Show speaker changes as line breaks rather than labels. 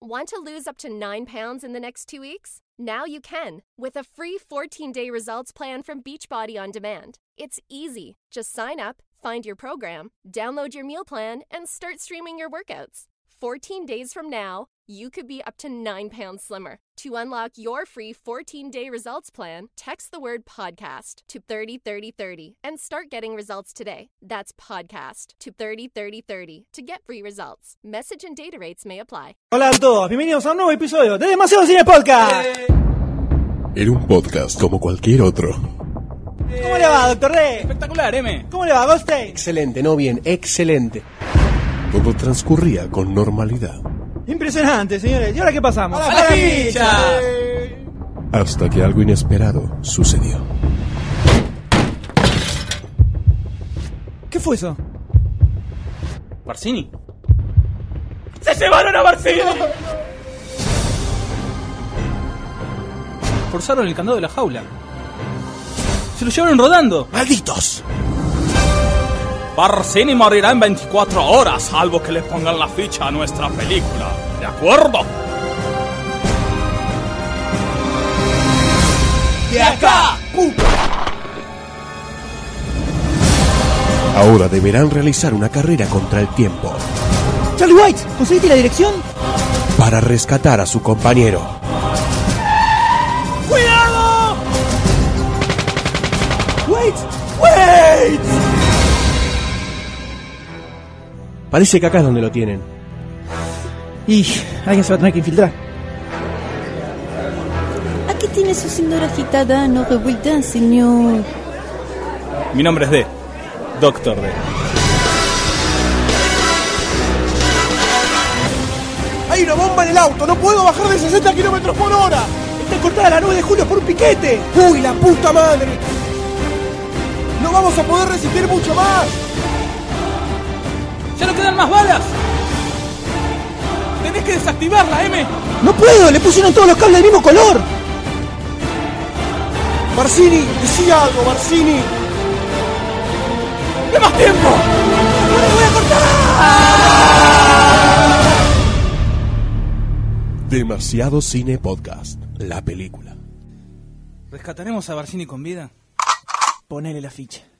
Want to lose up to 9 pounds in the next 2 weeks? Now you can with a free 14-day results plan from Beachbody on Demand. It's easy. Just sign up, find your program, download your meal plan, and start streaming your workouts. 14 days from now, you could be up to 9 pounds slimmer. To unlock your free 14-day results plan, text the word podcast to 303030 and start getting results today. That's podcast to 303030 to get free results. Message and data rates may apply.
Hola a todos, bienvenidos a un nuevo episodio de Demasiado Cine Podcast.
Era un podcast como cualquier otro.
¿Cómo le va, Doctor D?
Espectacular, M.
¿Cómo le va, Goldstein?
Excelente, no bien, excelente.
Todo transcurría con normalidad.
Impresionante, señores. ¿Y ahora qué pasamos?
¡A la ficha!
Hasta que algo inesperado sucedió.
¿Qué fue eso?
¿Barcini? ¡Se llevaron a Barcini! Forzaron el candado de la jaula. ¡Se lo llevaron rodando!
¡Malditos!
Barcini morirá en 24 horas, salvo que le pongan la ficha a nuestra película. ¿De acuerdo?
¡De acá!
Ahora deberán realizar una carrera contra el tiempo
Charlie White, ¿conseguiste la dirección?
para rescatar a su compañero.
White, White.
Parece que acá es donde lo tienen.
Y alguien se va a tener que infiltrar.
Aquí tiene su señora agitada, no revuelta, señor.
Mi nombre es D. Doctor D.
Hay una bomba en el auto, no puedo bajar de 60 kilómetros por hora. Está cortada la 9 de julio por un piquete. ¡Uy, la puta madre! No vamos a poder resistir mucho más.
¡Ya no quedan más balas! ¡Tenés que desactivarla, M!
No puedo, le pusieron todos los cables del mismo color.
Barcini, decí algo, Barcini.
¡No hay más tiempo!
Demasiado Cine Podcast, la película.
¿Rescataremos a Barcini con vida?
Ponele la ficha.